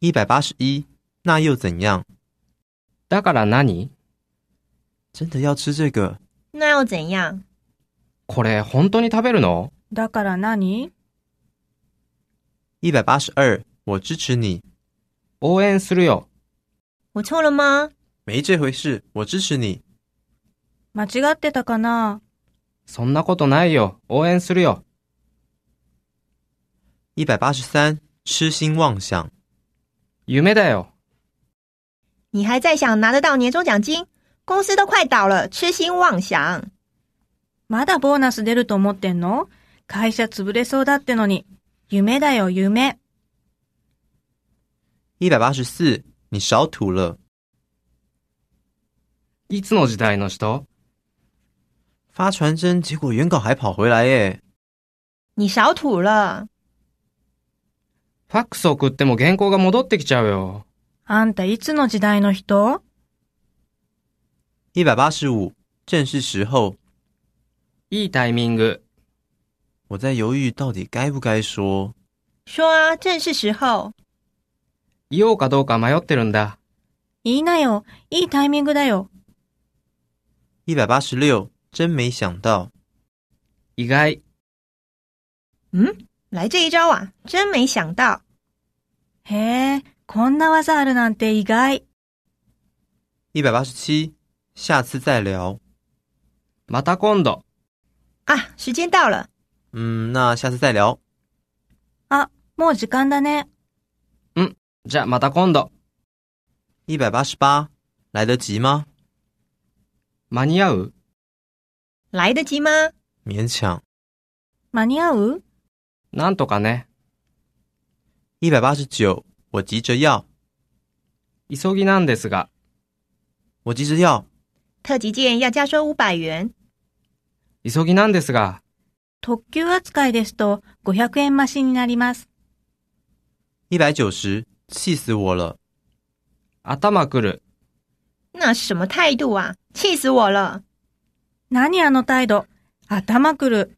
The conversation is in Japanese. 一百八十一，那又怎样？だから何真的要吃这个？那又怎样？これ本当に食べるのだから何一百八十二，我支持你。応援するよ。我错了吗？没这回事，我支持你。間違ってたかなそんなことないよ。応援するよ。一百八十三，痴心妄想。夢だよ。你还在想拿得到年终奖金？公司都快倒了，痴心妄想。まだボーナス出ると思ってんの会社潰れそうだってのに。夢だよ、夢。一百八十四，你少吐了。いつの時代の人发传真，结果原稿还跑回来耶！你少吐了。ファックス送っても原稿が戻ってきちゃうよ。あんたいつの時代の人一百八十五，正是时候。いいタイミング。我在犹豫到底该不该说。说啊，正是时候。言おうかどうか迷ってるんだ。言いなよ。いいタイミングだよ。一百八十六，真没想到。意外。嗯，来这一招啊，真没想到。へえ、こんな技あるなんて意外。一百八十七，下次再聊。また今度。啊，时间到了，嗯，那下次再聊。あ、もう時間だね。じゃあまた今度。一百八十八，来得及吗？間に合う来得及吗？勉强。間に合うなんとかね。一百八十九，我急着要，急ぎなんですが。我急着要。特急件要加收五百元。急ぎなんですが。特急扱いですと500円増しになります。一百九十，气死我了！頭くる。那是什么态度啊？气死我了！何あの態度。頭くる。